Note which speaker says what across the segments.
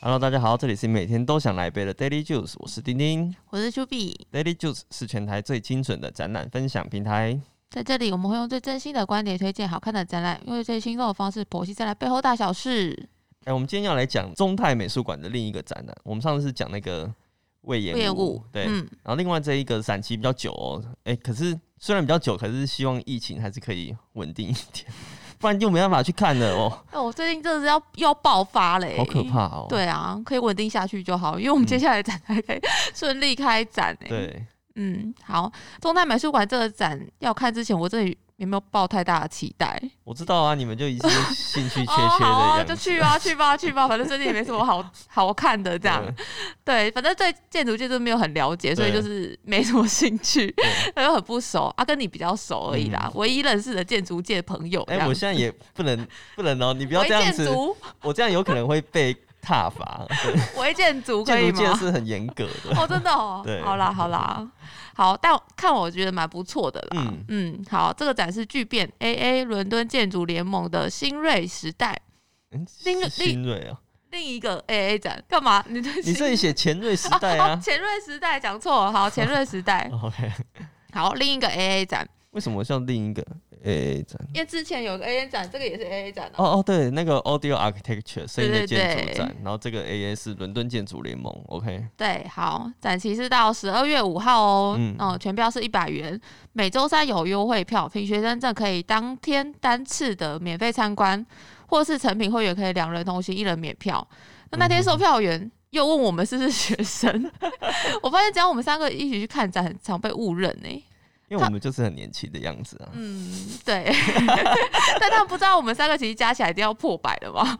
Speaker 1: Hello，大家好，这里是每天都想来一杯的 Daily Juice，我是丁丁。
Speaker 2: 我是 Q B，
Speaker 1: Daily Juice 是全台最精准的展览分享平台。
Speaker 2: 在这里我们会用最真心的观点推荐好看的展览，用最轻松的方式剖析展览背后大小事。
Speaker 1: 哎、我们今天要来讲中泰美术馆的另一个展览。我们上次是讲那个魏延
Speaker 2: 魏延
Speaker 1: 武
Speaker 2: 武，
Speaker 1: 对。
Speaker 2: 嗯，
Speaker 1: 然后另外这一个展期比较久哦，哎、可是虽然比较久，可是希望疫情还是可以稳定一点， 不然就没办法去看了哦，
Speaker 2: 那我最近真的是要要爆发嘞，
Speaker 1: 好可。怕哦。
Speaker 2: 对啊，可以稳定下去就好，因为我们接下来的展还可以 顺利开展诶、，
Speaker 1: 嗯对
Speaker 2: 嗯，好，中泰美术馆这个展要看之前，我这里也没有抱太大的期待。
Speaker 1: 我知道啊，你们就一直兴趣缺缺的
Speaker 2: 哦，好啊，
Speaker 1: 样
Speaker 2: 就
Speaker 1: 子。
Speaker 2: 去吧，去吧，去吧，反正最近也没什么好 好看的这样。
Speaker 1: 对
Speaker 2: 对，反正对建筑界就没有很了解，所以
Speaker 1: 对
Speaker 2: 就是没什么 兴趣
Speaker 1: 对，嗯
Speaker 2: 然后很不熟啊，跟你比较熟而已啦，唯一认识的建筑界朋友这
Speaker 1: 哎、
Speaker 2: 样。
Speaker 1: 我现在也不能不能哦，你 不要
Speaker 2: 唯
Speaker 1: 这样
Speaker 2: 建
Speaker 1: 子。
Speaker 2: 筑，
Speaker 1: 我这样有可能会被踏伐。
Speaker 2: 唯建筑可以
Speaker 1: 建筑界
Speaker 2: 吗？
Speaker 1: 是很严格的。
Speaker 2: 哦，真的 哦
Speaker 1: 对，
Speaker 2: 好啦，好啦，好，但看我觉得蛮不错的啦。
Speaker 1: 嗯，
Speaker 2: 嗯，好，这个展示巨变 A A 伦敦建筑联盟的新锐时代
Speaker 1: 嗯
Speaker 2: 另
Speaker 1: 是新锐啊，
Speaker 2: 另一个 A A 展，干嘛？你
Speaker 1: 你
Speaker 2: 你
Speaker 1: 这里写前锐时代
Speaker 2: 哦，
Speaker 1: 啊。
Speaker 2: 前瑞时代讲错了，好，前瑞时代，
Speaker 1: OK，
Speaker 2: 好，另一个 A A 展，
Speaker 1: 为什么叫另一个 AA 展？
Speaker 2: 因为之前有个 A A 展，这个也是 A A 展啊。
Speaker 1: 哦哦，对，那个 Audio Architecture 声音的
Speaker 2: 对对
Speaker 1: 建筑
Speaker 2: 对
Speaker 1: 展，然后这个 AA 是伦敦建筑联盟。OK，
Speaker 2: 对，好，展期是到十二月五号哦，
Speaker 1: 嗯
Speaker 2: 嗯、全票是一百元，每周三有优惠票，凭学生证可以当天单次的免费参观，或是成品会员可以两人同行，一人免票。那那天售票员又问我们是不是学生，我发现只要我们三个一起去看展，很常被误认哎、
Speaker 1: 因为我们就是很年轻的样子啊。
Speaker 2: 嗯，对， 但他们不知道我们三个其实加起来一定要破百的嘛。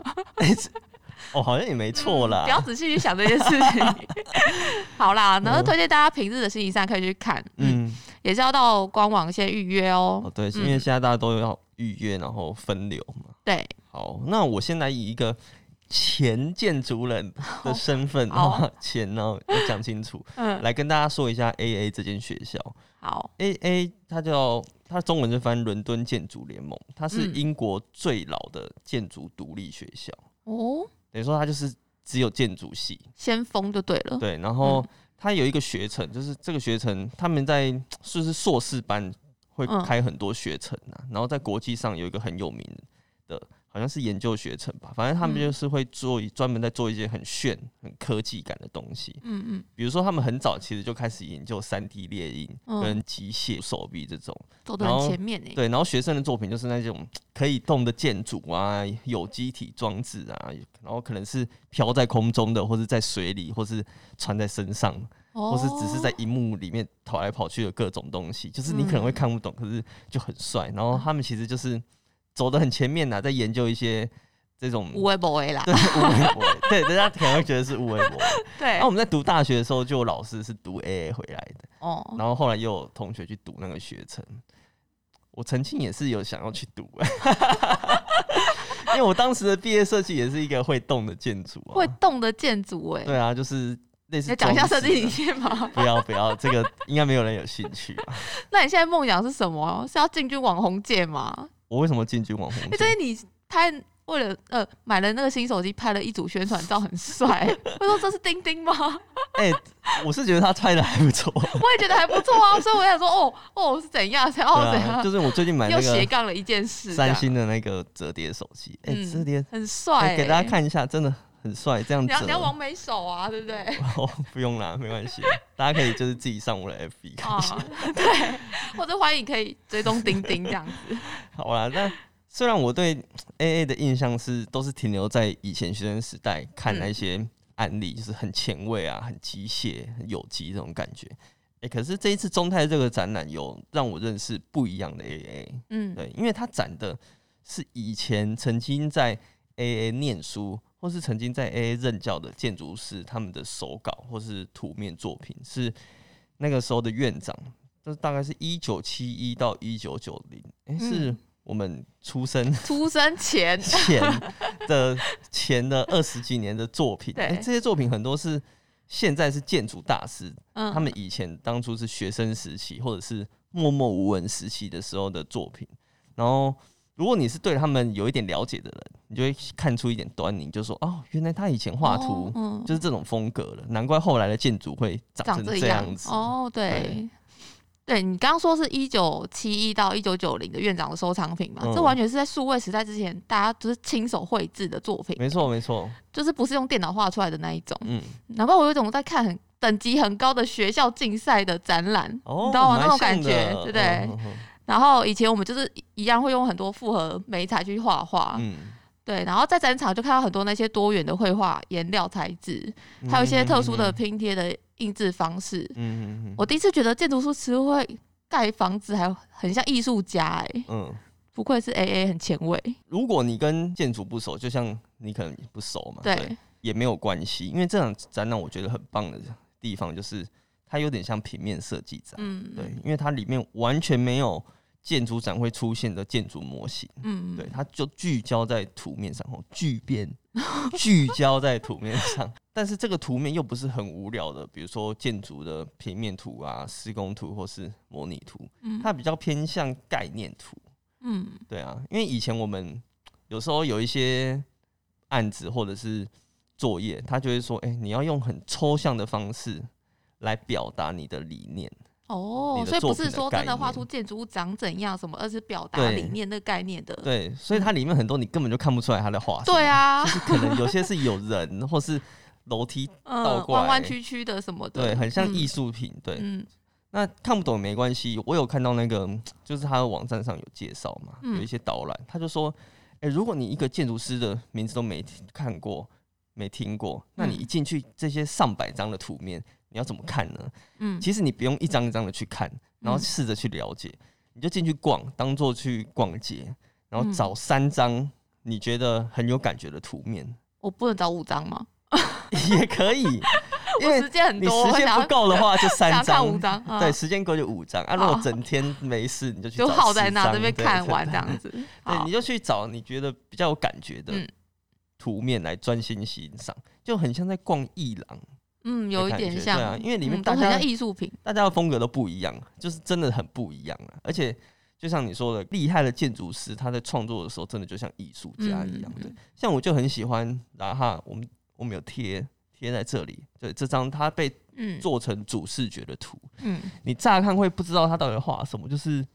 Speaker 1: 哦，好像也没错
Speaker 2: 嗯
Speaker 1: 啦
Speaker 2: 不。要仔细去想这件事情。 好啦，然后
Speaker 1: 嗯
Speaker 2: 推荐大家平日的星期三可以去看，嗯，
Speaker 1: 嗯，
Speaker 2: 也是要到官网先预约哦。
Speaker 1: 哦对，
Speaker 2: 嗯
Speaker 1: 因为现在大家都要预约，然后分流嘛。
Speaker 2: 对，
Speaker 1: 好，那我现在以一个前建筑人的身份，
Speaker 2: 好好
Speaker 1: 前然后要讲清 楚，
Speaker 2: 嗯，
Speaker 1: 来跟大家说一下 AA 这间学校。
Speaker 2: 好，
Speaker 1: AA 它叫它中文就翻伦敦建筑联盟，它是
Speaker 2: 嗯
Speaker 1: 英国最老的建筑独立学校，
Speaker 2: 哦，
Speaker 1: 等于说它就是只有建筑系。
Speaker 2: 先锋就对了，
Speaker 1: 对，然后
Speaker 2: 嗯
Speaker 1: 它有一个学程，就是这个学程他们在就是硕士班会
Speaker 2: 嗯
Speaker 1: 开很多学程啊，然后在国际上有一个很有名的，好像是研究学程吧，反正他们
Speaker 2: 嗯
Speaker 1: 就是会做一专门在做一些很炫、很科技感的东西。
Speaker 2: 嗯嗯
Speaker 1: 比如说，他们很早其实就开始研究三 D 列印
Speaker 2: 嗯
Speaker 1: 跟机械手臂这种，
Speaker 2: 走得
Speaker 1: 然后
Speaker 2: 很前面欸诶。
Speaker 1: 对。然后学生的作品就是那种可以动的建筑啊，有机体装置啊，然后可能是飘在空中的，或是在水里，或是穿在身上，
Speaker 2: 哦嗯
Speaker 1: 或是只是在荧幕里面跑来跑去的各种东西，就是你可能会看不懂，可是就很帅。然后他们其实就是走得很前面呐、在研究一些这种
Speaker 2: 无为不为啦，
Speaker 1: 对无微博，对，人家可能会觉得是无微博。
Speaker 2: 对
Speaker 1: 然后我，们在读大学的时候，就有老师是读 AA 回来的，
Speaker 2: 哦，
Speaker 1: 然后后来又有同学去读那个学程。我曾经也是有想要去读、 因为我当时的毕业设计也是一个会动的建筑啊。
Speaker 2: 会动的建筑诶。
Speaker 1: 对啊，就是类似
Speaker 2: 你讲一下
Speaker 1: 装
Speaker 2: 设
Speaker 1: 置
Speaker 2: 计
Speaker 1: 啊
Speaker 2: 理念吗？
Speaker 1: 不要不要，这个应该没有人有兴趣啊吧？
Speaker 2: 那你现在梦想是什么？是要进军网红界吗？
Speaker 1: 我为什么进军网红
Speaker 2: 哎、欸，
Speaker 1: 界？
Speaker 2: 最近你拍为了呃买了那个新手机，拍了一组宣传照，很 帅。我说这是钉钉吗？
Speaker 1: 哎、我是觉得他拍的还不错，
Speaker 2: 我也觉得还不错啊，所以我想说，哦哦是怎样，然后
Speaker 1: 对
Speaker 2: 怎
Speaker 1: 啊，
Speaker 2: 样，
Speaker 1: 就是我最近买那
Speaker 2: 又斜
Speaker 1: 个
Speaker 2: 杠了一件事，
Speaker 1: 三
Speaker 2: 这样
Speaker 1: 星的那个折叠手机，哎、
Speaker 2: 嗯
Speaker 1: 折叠、
Speaker 2: 很帅、
Speaker 1: 哎
Speaker 2: 欸
Speaker 1: 给大家。看一下，真的很帅，这样
Speaker 2: 你
Speaker 1: 折
Speaker 2: 要你要往美手啊，对不对？
Speaker 1: 哦，不用啦，没关系，大家可以就是自己上我的 FB 看
Speaker 2: 啊
Speaker 1: 一下。，
Speaker 2: 对，或者欢迎可以追踪钉钉这样子。
Speaker 1: 好啦，那虽然我对 AA 的印象是都是停留在以前学生时代看
Speaker 2: 嗯
Speaker 1: 那些案例，就是很前卫啊、很机械、很有机这种感觉。哎、可是这一次中泰这个展览有让我认识不一样的 AA，
Speaker 2: 嗯
Speaker 1: 对，因为它展的是以前曾经在 AA 念书或是曾经在 AA 任教的建筑师他们的手稿或是图面作品，是那个时候的院长，就是大概是一九七一到一九九零，哎，是
Speaker 2: 嗯
Speaker 1: 我们出生
Speaker 2: 出生前，
Speaker 1: 前的前的二十几年的作品，哎，
Speaker 2: 对
Speaker 1: 这些作品很多是。现在是建筑大师，
Speaker 2: 嗯，
Speaker 1: 他们以前当初是学生时期或者是默默无闻时期的时候的作品，然后如果你是对他们有一点了解的人，你就会看出一点端倪，就说哦，原来他以前画图
Speaker 2: 哦、嗯
Speaker 1: 就是这种风格了，难怪后来的建筑会长
Speaker 2: 长
Speaker 1: 成
Speaker 2: 这
Speaker 1: 这
Speaker 2: 样
Speaker 1: 样子。
Speaker 2: 哦，对。对你刚刚说是一九七一到一九九零的院长的收藏品嘛？这
Speaker 1: 嗯
Speaker 2: 完全是在数位时代之前，大家都是亲手绘制的作品，
Speaker 1: 没错，没错，
Speaker 2: 就是不是用电脑画出来的那一种。
Speaker 1: 嗯，
Speaker 2: 难怪我有一种在看很等级很高的学校竞赛的展览，
Speaker 1: 哦，
Speaker 2: 你知道吗？
Speaker 1: 蛮
Speaker 2: 那种感
Speaker 1: 像的
Speaker 2: 觉，对不对？
Speaker 1: 嗯嗯
Speaker 2: 然后以前我们就是一一样会用很多复合媒材去画画，
Speaker 1: 嗯
Speaker 2: 对。然后在展场就看到很多那些多元的绘画颜料材质，
Speaker 1: 嗯
Speaker 2: 还有一些特殊的
Speaker 1: 嗯
Speaker 2: 拼贴的印制方式。
Speaker 1: 嗯嗯嗯嗯
Speaker 2: 我第一次觉得建筑师会盖房子还很像艺术家、哎，
Speaker 1: 嗯，
Speaker 2: 不愧是 A A，很前卫。
Speaker 1: 如果你跟建筑不熟，就像你可能不熟嘛，
Speaker 2: 对，
Speaker 1: 也没有关系，因为这场展览我觉得很棒的地方就是它有点像平面设计展，
Speaker 2: 嗯，
Speaker 1: 对，，因为它里面完全没有建筑展会出现的建筑模型，
Speaker 2: 嗯，
Speaker 1: 对，它就聚焦在图面上，哦，聚变聚焦在图面上， 但是这个图面又不是很无聊的，比如说建筑的平面图啊、施工图或是模拟图，
Speaker 2: 嗯
Speaker 1: 它比较偏向概念图，
Speaker 2: 嗯
Speaker 1: 对啊，因为以前我们有时候有一些案子或者是作业，他就会说，哎、你要用很抽象的方式来表达你的理念。
Speaker 2: 哦
Speaker 1: 你，的
Speaker 2: 所以不
Speaker 1: 作品
Speaker 2: 是
Speaker 1: 的
Speaker 2: 说
Speaker 1: 概
Speaker 2: 真的画
Speaker 1: 念
Speaker 2: 出建筑物长怎样什么，而是表达
Speaker 1: 对
Speaker 2: 理念那个概念的。
Speaker 1: 对，所以它里面很多你根本就看不出来他在画什么。
Speaker 2: 对，啊
Speaker 1: 就，是可能有些是有人，或是楼梯，倒
Speaker 2: 嗯，
Speaker 1: 过
Speaker 2: 弯
Speaker 1: 来
Speaker 2: 弯曲曲的什么的，
Speaker 1: 对，很像
Speaker 2: 嗯
Speaker 1: 艺术品。对，
Speaker 2: 嗯
Speaker 1: 那看不懂也没关系。我有看到那个，就是他的网站上有介绍嘛，
Speaker 2: 嗯
Speaker 1: 有一些导览，他就说，哎、如果你一个建筑师的名字都没听看过、没听过，那你一进去这些上百张的图面，你要怎么看呢？
Speaker 2: 嗯，
Speaker 1: 其实你不用一张一张的去看，然后
Speaker 2: 嗯
Speaker 1: 试着去了解，你就进去逛，当做去逛街，然后
Speaker 2: 嗯
Speaker 1: 找三张你觉得很有感觉的图面
Speaker 2: 我不能找五张吗？
Speaker 1: 也可 以，因
Speaker 2: 我
Speaker 1: 为
Speaker 2: 时间很
Speaker 1: 你
Speaker 2: 多，
Speaker 1: 时
Speaker 2: 我
Speaker 1: 间
Speaker 2: 想
Speaker 1: 不
Speaker 2: 要
Speaker 1: 够的话就
Speaker 2: 想
Speaker 1: 三
Speaker 2: 要看
Speaker 1: 张
Speaker 2: 五。张，啊
Speaker 1: 对，时间够就五张啊。如
Speaker 2: 好
Speaker 1: 果整天没事，你就去
Speaker 2: 就
Speaker 1: 找
Speaker 2: 耗在
Speaker 1: 10
Speaker 2: 那
Speaker 1: 张
Speaker 2: 这边
Speaker 1: 对
Speaker 2: 看
Speaker 1: 对
Speaker 2: 完
Speaker 1: 对
Speaker 2: 这样 子。
Speaker 1: 对，
Speaker 2: 好
Speaker 1: 你，就去找你觉得比较有感觉的
Speaker 2: 嗯
Speaker 1: 图面来专心欣赏，就很像在逛艺廊。
Speaker 2: 嗯，有一
Speaker 1: 感
Speaker 2: 点
Speaker 1: 觉
Speaker 2: 像，
Speaker 1: 对啊因为里面
Speaker 2: 嗯
Speaker 1: 大
Speaker 2: 都很
Speaker 1: 家
Speaker 2: 像艺术品，
Speaker 1: 大家的风格都不一样，就是真的很不一样啊。而且就像你说的，厉害的建筑师他在创作的时候，真的就像艺术家一样。
Speaker 2: 嗯嗯
Speaker 1: 对
Speaker 2: 嗯，
Speaker 1: 像我就很喜欢拉哈，我们我们有贴贴在这里，对，这张他被
Speaker 2: 嗯
Speaker 1: 做成主视觉的图，
Speaker 2: 嗯，
Speaker 1: 你乍看会不知道他到底画什么，就是。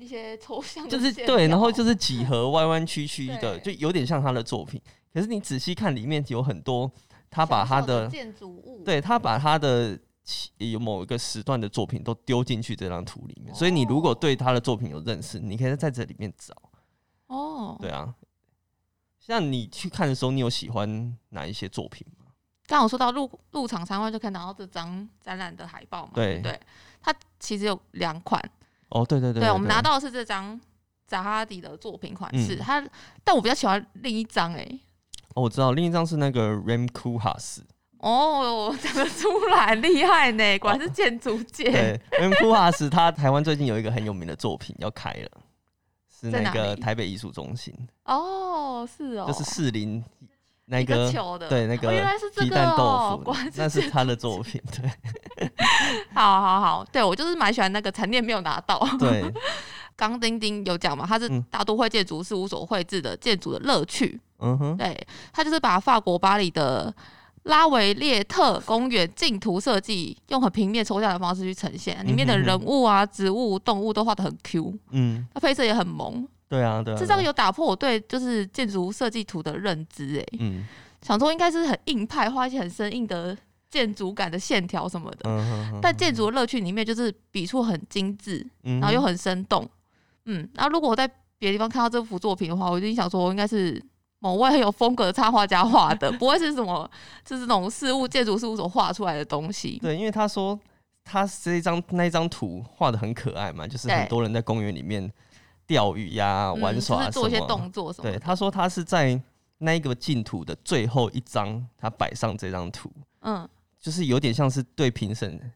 Speaker 2: 一些抽 象的
Speaker 1: 就是
Speaker 2: 线
Speaker 1: 对，然后
Speaker 2: 条
Speaker 1: 就是几何弯弯曲曲的，就
Speaker 2: 对
Speaker 1: 有点像他的作品。可是你仔细看，里面有很多他把他
Speaker 2: 小小的
Speaker 1: 的，
Speaker 2: 建筑物，
Speaker 1: 对他把他的其有某一个时段的作品都丢进去这张图里面。所以你如果
Speaker 2: 哦
Speaker 1: 对他的作品有认识，你可以在这里面找。
Speaker 2: 哦，
Speaker 1: 对啊，像你去看的时候，你有喜欢哪一些作品吗？
Speaker 2: 刚刚我说到入入场参观就可以拿到这张展览的海报嘛，
Speaker 1: 对
Speaker 2: 不对，它其实有两款，
Speaker 1: 哦，对对对
Speaker 2: 对我们拿到的是这张扎哈迪的作品款式，
Speaker 1: 嗯
Speaker 2: 它但我比较喜欢另一张哎、
Speaker 1: 哦，我知道，另一张是那个 Ram Koolhaas，
Speaker 2: 哦， 整个出来厉害呢，果然是建筑界。
Speaker 1: 哦对，M p u a s 他台湾最近有一个很有名的作品要开了，是
Speaker 2: 在
Speaker 1: 那
Speaker 2: 哪
Speaker 1: 个
Speaker 2: 里
Speaker 1: 台北艺术中心，
Speaker 2: 哦，是哦，
Speaker 1: 就是士林那
Speaker 2: 一个
Speaker 1: 个
Speaker 2: 球的，
Speaker 1: 对那
Speaker 2: 哦，原
Speaker 1: 个
Speaker 2: 来是这
Speaker 1: 皮
Speaker 2: 个
Speaker 1: 蛋
Speaker 2: 哦，
Speaker 1: 豆
Speaker 2: 果
Speaker 1: 腐
Speaker 2: 然，
Speaker 1: 那
Speaker 2: 是
Speaker 1: 是他的作品，对
Speaker 2: 好好好，对我就是蛮喜欢那个残念没有拿到。
Speaker 1: 对，
Speaker 2: 刚丁丁有讲嘛，他是
Speaker 1: 嗯
Speaker 2: 大都会建筑事务所绘制的建筑的乐趣，
Speaker 1: 嗯哼，
Speaker 2: 对他就是把法国巴黎的。拉维列特公园净图设计用很平面抽象的方式去呈现，里面的
Speaker 1: 嗯哼哼
Speaker 2: 人物啊、植物、动物都画的很 Q，
Speaker 1: 嗯，
Speaker 2: 那配色也很萌，
Speaker 1: 对啊，对啊，
Speaker 2: 这张
Speaker 1: 对啊
Speaker 2: 有打破我对就是建筑设计图的认知诶、
Speaker 1: 嗯
Speaker 2: 想说应该是很硬派，画一些很生硬的建筑感的线条什么的。
Speaker 1: 嗯哼哼，
Speaker 2: 但建筑的乐趣里面就是笔触很精致，
Speaker 1: 然
Speaker 2: 然后又很生动，嗯。然后如果我在别的地方看到这幅作品的话，我一定想说应该是某位很有风格的插画家画的，不会是什么就是那种事物建筑事务所画出来的东西。
Speaker 1: 对，因为他说他这一张那一张图画的很可爱嘛，就是
Speaker 2: 对
Speaker 1: 很多人在公园里面钓鱼呀、
Speaker 2: 嗯
Speaker 1: 玩
Speaker 2: 就
Speaker 1: 耍啊什
Speaker 2: 是做一些
Speaker 1: 么。
Speaker 2: 动作什么
Speaker 1: 对，
Speaker 2: 的，
Speaker 1: 他说他是在那一个净土的最后一张，他摆上这张图，
Speaker 2: 嗯，
Speaker 1: 就是有点像是对评审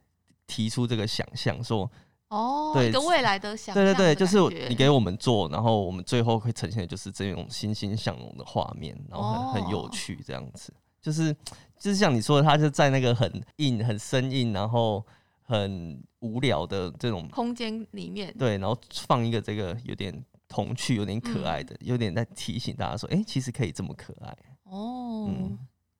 Speaker 1: 提出这个想象，说
Speaker 2: 哦，
Speaker 1: 对
Speaker 2: 一个未来的想象
Speaker 1: 对
Speaker 2: 的
Speaker 1: 对
Speaker 2: 感觉，
Speaker 1: 对，就是你给我们做，然后我们最后会呈现的就是这种欣欣向荣的画面，然后很、很有
Speaker 2: 哦
Speaker 1: 趣这样子，就是就是像你说的，他就在那个很硬、很生硬，然后很无聊的这种
Speaker 2: 空间里面，
Speaker 1: 对，然后放一个这个有点童趣、有点可
Speaker 2: 嗯
Speaker 1: 爱的，有点在提醒大家说，哎、其实可以这么可爱。
Speaker 2: 哦，
Speaker 1: 嗯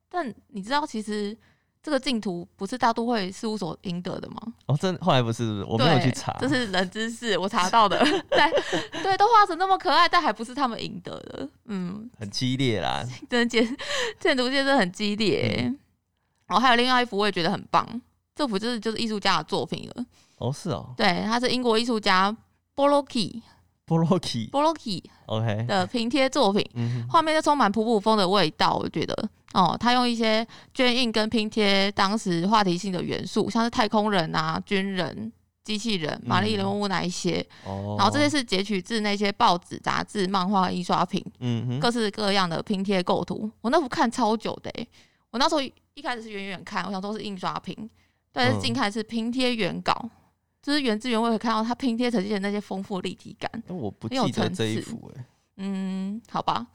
Speaker 2: 但你知道其实这个净土不是大都会事务所赢得的吗？
Speaker 1: 哦，真的后来不是，是不是我没有
Speaker 2: 对
Speaker 1: 去查，
Speaker 2: 这是冷知识，我查到的。 对对，都画成那么可爱，但还不是他们赢得的。嗯，
Speaker 1: 很激烈啦。
Speaker 2: 真的建建筑界真的很激烈。
Speaker 1: 嗯
Speaker 2: 然后、还有另外一幅，我也觉得很棒，这幅就是就是艺术家的作品了。
Speaker 1: 哦，是哦
Speaker 2: 对，他是英国艺术家 Bolocki
Speaker 1: b o l o k i
Speaker 2: Bolocki
Speaker 1: o k
Speaker 2: 的拼贴作品。
Speaker 1: 嗯哼，
Speaker 2: 画面就充满普普风的味道，我觉得哦，他用一些捐印跟拼贴当时话题性的元素，像是太空人啊、军人、机器人、玛丽莲
Speaker 1: 嗯
Speaker 2: 梦露那一些，
Speaker 1: 哦，
Speaker 2: 然后这些，是截取自那些报纸、杂志、漫画、印刷品，
Speaker 1: 嗯哼，
Speaker 2: 各式各样的拼贴构图。我那幅看超久的、欸，我那时候一一开始是远远看，我想说是印刷品，但是
Speaker 1: 嗯
Speaker 2: 近看是拼贴原稿，就是原汁原味可以看到它拼贴呈现的那些丰富立体感。
Speaker 1: 但我不
Speaker 2: 很有
Speaker 1: 记得
Speaker 2: 层
Speaker 1: 这一
Speaker 2: 次
Speaker 1: 幅、欸，哎，
Speaker 2: 嗯，好吧，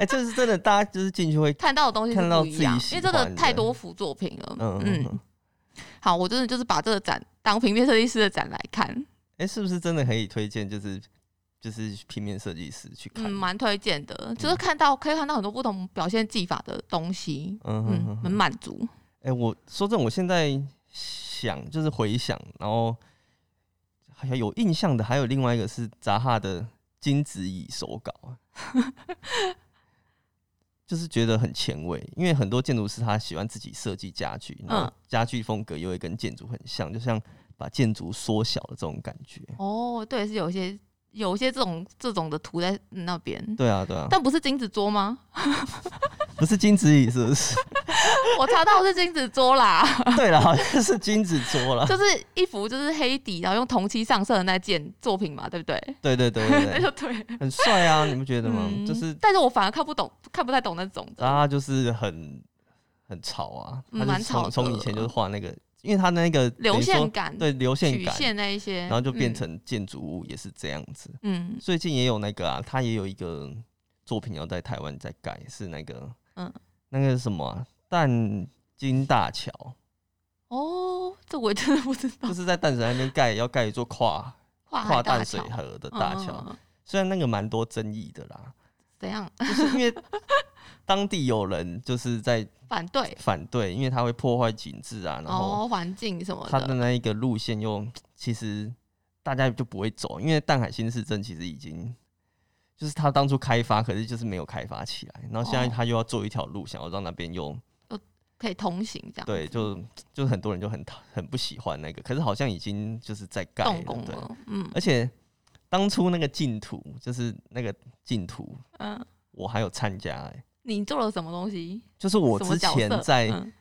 Speaker 1: 哎，这是真的，大家就是进去会，
Speaker 2: 看到的东西是
Speaker 1: 看到
Speaker 2: 不
Speaker 1: 自，
Speaker 2: 一样
Speaker 1: 己
Speaker 2: 因为
Speaker 1: 喜
Speaker 2: 这
Speaker 1: 欢的
Speaker 2: 个太多幅作品了。
Speaker 1: 嗯
Speaker 2: 嗯
Speaker 1: 嗯，嗯
Speaker 2: 好，我真的就是把这个展当平面设计师的展来看，
Speaker 1: 哎、是不是真的可以推荐？就是就是平面设计师去看，
Speaker 2: 嗯，蛮推荐
Speaker 1: 嗯
Speaker 2: 的，就是看到可以看到很多不同表现技法的东西，
Speaker 1: 嗯哼
Speaker 2: 嗯
Speaker 1: 哼，
Speaker 2: 很
Speaker 1: 哼，
Speaker 2: 满足。
Speaker 1: 哎、我说真的，我现在想就是回想，然后好像有印象的，还有另外一个是扎哈的金子椅手稿啊，就是觉得很前卫，因为很多建筑师他喜欢自己设计家具，然后
Speaker 2: 嗯
Speaker 1: 家具风格又会跟建筑很像，就像把建筑缩小的这种感觉。
Speaker 2: 哦，对，是有一些有一些这种这种的图在那边。
Speaker 1: 对啊，对啊，
Speaker 2: 但不是金子桌吗？
Speaker 1: 不是金子椅是不是？
Speaker 2: 我查到是金子桌啦，
Speaker 1: 对了，好像是金子桌了。
Speaker 2: 就是一幅就是黑底，然后用铜漆上色的那件作品嘛，对不对？
Speaker 1: 对对对对
Speaker 2: 那
Speaker 1: 对，
Speaker 2: 就对，
Speaker 1: 很帅啊！你不觉得吗？
Speaker 2: 嗯
Speaker 1: 就是啊
Speaker 2: 但是我反而看不懂，看不太懂那种的。
Speaker 1: 他就是很很吵啊，
Speaker 2: 嗯
Speaker 1: 他就
Speaker 2: 蛮
Speaker 1: 是从
Speaker 2: 吵
Speaker 1: 从以
Speaker 2: 的
Speaker 1: 前就是画那个，因为他那个
Speaker 2: 流
Speaker 1: 等于说
Speaker 2: 线感
Speaker 1: 对流线
Speaker 2: 曲
Speaker 1: 感，
Speaker 2: 线那一些，
Speaker 1: 然后就变
Speaker 2: 嗯
Speaker 1: 成建筑物也是这样子。
Speaker 2: 嗯
Speaker 1: 最近也有那个啊，他也有一个作品要在台湾在改，是那个
Speaker 2: 嗯
Speaker 1: 那个什么啊淡金大桥，
Speaker 2: 哦，这我真的不知道
Speaker 1: 就。是在淡水那边盖要盖一座跨
Speaker 2: 啊跨
Speaker 1: 跨
Speaker 2: 海大
Speaker 1: 淡水
Speaker 2: 桥，
Speaker 1: 河的大
Speaker 2: 嗯
Speaker 1: 桥
Speaker 2: 嗯，嗯
Speaker 1: 虽然那个蛮多争议的啦，
Speaker 2: 怎样
Speaker 1: 就是因为当地有人就是在
Speaker 2: 反对？
Speaker 1: 反对，因为它会破坏景致啊，然后
Speaker 2: 哦，环境什么
Speaker 1: 它的
Speaker 2: 的，
Speaker 1: 那一个路线又其实大家就不会走，因为淡海新市镇其实已经就是它当初开发，可是就是没有开发起来，然后现在
Speaker 2: 哦
Speaker 1: 它又要做一条路，想要让那边又
Speaker 2: 可以通行这样。
Speaker 1: 对，就
Speaker 2: 嗯
Speaker 1: 就是很多人就很讨很不喜欢那个，可是好像已经就是在盖
Speaker 2: 动
Speaker 1: 了，
Speaker 2: 工
Speaker 1: 对，哎
Speaker 2: 了，嗯
Speaker 1: 而且当初那个净土就是那个净土，
Speaker 2: 嗯，
Speaker 1: 我还有参加、欸，
Speaker 2: 你做了什么东西？
Speaker 1: 就是我
Speaker 2: 什么
Speaker 1: 之
Speaker 2: 角
Speaker 1: 前
Speaker 2: 色
Speaker 1: 在。
Speaker 2: 嗯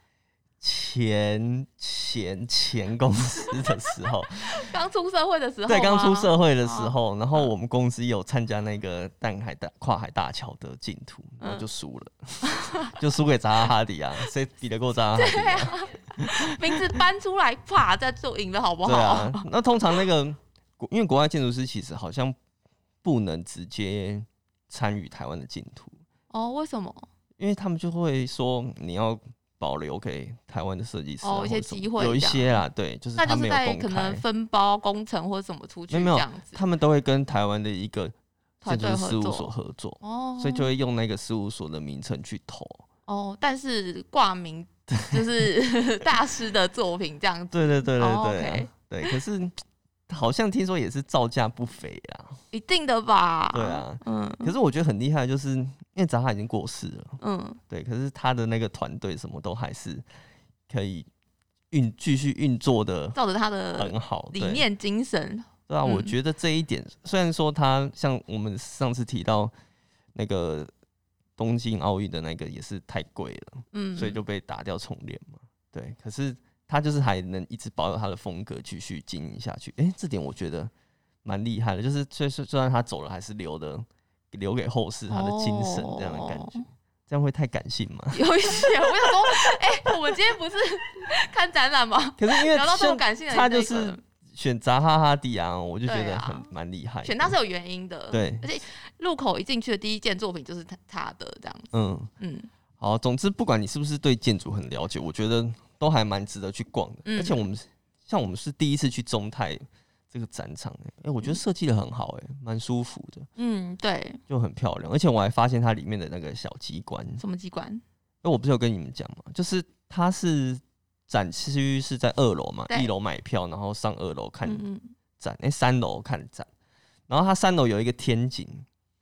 Speaker 1: 前前前公司的时 候，
Speaker 2: 刚出社会的时候吗，哦嗯
Speaker 1: 对，刚出社会的时候，然后我们公司有参加那个淡海大跨海大桥的竞图，然
Speaker 2: 嗯
Speaker 1: 后就输了， 就输给扎哈哈迪啊，谁比得过扎哈哈迪、啊？
Speaker 2: 名字搬出来，啪，再就赢了，好不
Speaker 1: 对
Speaker 2: 好？
Speaker 1: 啊，那通常那个国因为国外建筑师其实好像不能直接参与台湾的竞图，
Speaker 2: 哦，为什么？
Speaker 1: 因为他们就会说你要。保留给台湾的设计师啊
Speaker 2: 哦一些
Speaker 1: 或者什么
Speaker 2: 机会
Speaker 1: 有一
Speaker 2: 这样
Speaker 1: 些啦，对，就是
Speaker 2: 那
Speaker 1: 他
Speaker 2: 就
Speaker 1: 没
Speaker 2: 是
Speaker 1: 有
Speaker 2: 在
Speaker 1: 公
Speaker 2: 可
Speaker 1: 开
Speaker 2: 能，分包工程或者什么出去
Speaker 1: 没有没
Speaker 2: 这
Speaker 1: 有
Speaker 2: 样子，
Speaker 1: 他们都会跟台湾的一个
Speaker 2: 团
Speaker 1: 建筑
Speaker 2: 队
Speaker 1: 师
Speaker 2: 合
Speaker 1: 事务所
Speaker 2: 作。
Speaker 1: 合作，
Speaker 2: 哦，
Speaker 1: 所以就会用那个事务所的名称去投。
Speaker 2: 哦，但是 挂名就是 大师的作品这样子，
Speaker 1: 对对对
Speaker 2: 哦
Speaker 1: 对对啊、
Speaker 2: ，OK
Speaker 1: 对。可是好像听说也是造价不菲啦。
Speaker 2: 一定的吧？
Speaker 1: 对，啊，
Speaker 2: 嗯
Speaker 1: 可是我觉得很厉害，就是因为扎哈已经过世了，
Speaker 2: 嗯，
Speaker 1: 对，可是他的那个团队什么都还是可以运继续运作的
Speaker 2: 照着他的
Speaker 1: 很好，
Speaker 2: 理
Speaker 1: 对
Speaker 2: 念精神，
Speaker 1: 对啊，我
Speaker 2: 嗯
Speaker 1: 觉得这一点，虽然说他像我们上次提到那个东京奥运的那个也是太贵了。
Speaker 2: 嗯，
Speaker 1: 所以就被打掉重练嘛。对，可是他就是还能一直保有他的风格，继续经营下去。诶，这点我觉得蛮厉害的，就是虽虽虽然他走了，还是留的留给后世他的精神这样的感觉。
Speaker 2: 哦
Speaker 1: 这样会太感性吗？
Speaker 2: 有一些，我想说，哎，我们今天不是 看展览吗？
Speaker 1: 可是因为
Speaker 2: 聊到这么
Speaker 1: 像
Speaker 2: 感性的一
Speaker 1: 他
Speaker 2: 个
Speaker 1: 就
Speaker 2: 一个
Speaker 1: 是选扎哈哈蒂啊，我就觉
Speaker 2: 对
Speaker 1: 得
Speaker 2: 啊
Speaker 1: 很蛮厉害的。
Speaker 2: 选他是有原因的，，
Speaker 1: 对，
Speaker 2: 而且入口一进去的第一件作品就是他他的这样子，
Speaker 1: 嗯，
Speaker 2: 嗯，
Speaker 1: 好，总之不管你是不是对建筑很了解，我觉得都还蛮值得去逛的。
Speaker 2: 嗯
Speaker 1: 而且我们是像我们是第一次去中泰这个展场、欸，哎、我觉得设计的很好、欸，哎，蛮舒服的，
Speaker 2: 嗯，对，
Speaker 1: 就很漂亮。而且我还发现它里面的那个小机关，
Speaker 2: 什么机关？
Speaker 1: 哎，我不是有跟你们讲嘛，就是它是展区是在二楼嘛，
Speaker 2: 对
Speaker 1: 一楼买票，然后上二楼看
Speaker 2: 嗯嗯，
Speaker 1: 展，哎、三楼看展，然后它三楼有一个天井，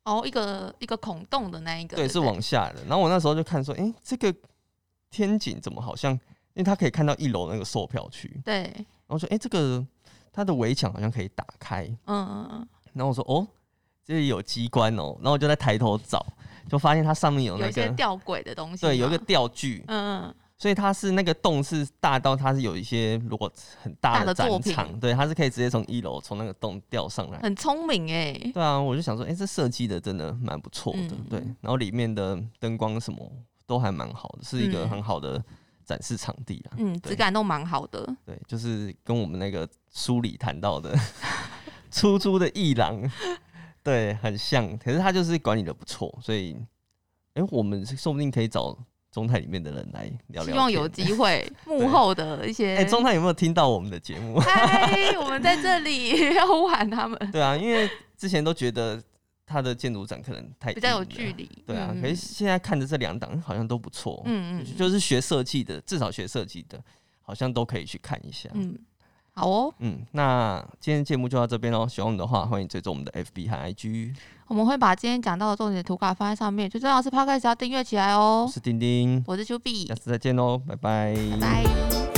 Speaker 2: 哦，一个一个孔洞的那一个，
Speaker 1: 对，是
Speaker 2: 不
Speaker 1: 往下的。然后我那时候就看说，哎、这个天井怎么好像，因为它可以看到一楼那个售票区，
Speaker 2: 对，
Speaker 1: 然后说，哎、这个它的围墙好像可以打开，
Speaker 2: 嗯嗯嗯，
Speaker 1: 然后我说，哦，这里有机关哦，然后我就在抬头找，就发现它上面有
Speaker 2: 有
Speaker 1: 那
Speaker 2: 一些
Speaker 1: 个。
Speaker 2: 吊轨的东西嘛，
Speaker 1: 对，有一个吊具，
Speaker 2: 嗯嗯，
Speaker 1: 所以它是那个洞是大到它是有一些如果很大
Speaker 2: 大
Speaker 1: 的
Speaker 2: 的
Speaker 1: 展
Speaker 2: 作品
Speaker 1: 场，对，它是可以直接从一楼从那个洞吊上来。
Speaker 2: 很聪明哎、
Speaker 1: 嗯对啊，我就想说，哎、这设计的真的蛮不错的，
Speaker 2: 嗯
Speaker 1: 对。然后里面的灯光什么都还蛮好的，是一个
Speaker 2: 嗯
Speaker 1: 很好的展示场地啊。
Speaker 2: 嗯，
Speaker 1: 对
Speaker 2: 质感都蛮好的，
Speaker 1: 对，就是跟我们那个书里谈到的 出租的艺廊，对，很像。可是他就是管理的不错，所以，哎、我们说不定可以找中泰里面的人来聊聊天。
Speaker 2: 希望有机会
Speaker 1: 对
Speaker 2: 幕后的一些？
Speaker 1: 哎、。中泰有没有听到我们的节目
Speaker 2: 嗨，我们在这里 要呼喊他们，
Speaker 1: 对啊，因为之前都觉得他的建筑展可能太
Speaker 2: 比较有
Speaker 1: 硬了
Speaker 2: 距离。
Speaker 1: 对啊，
Speaker 2: 嗯
Speaker 1: 可是现在看着这两档好像都不错，
Speaker 2: 嗯嗯
Speaker 1: 就
Speaker 2: 嗯
Speaker 1: 就是学设计的，至少学设计的，好像都可以去看一下。
Speaker 2: 嗯，好哦，
Speaker 1: 嗯，那今天节目就到这边喽。喜欢我们的话，欢迎追踪我们的 FB 和 IG。
Speaker 2: 我们会把今天讲到的重点的图卡放在上面，最重要的是 p o d c a s 要订阅起来
Speaker 1: 我
Speaker 2: 哦。
Speaker 1: 是丁丁，
Speaker 2: 我是 Q B，
Speaker 1: 下次再见喽，拜拜
Speaker 2: 拜拜。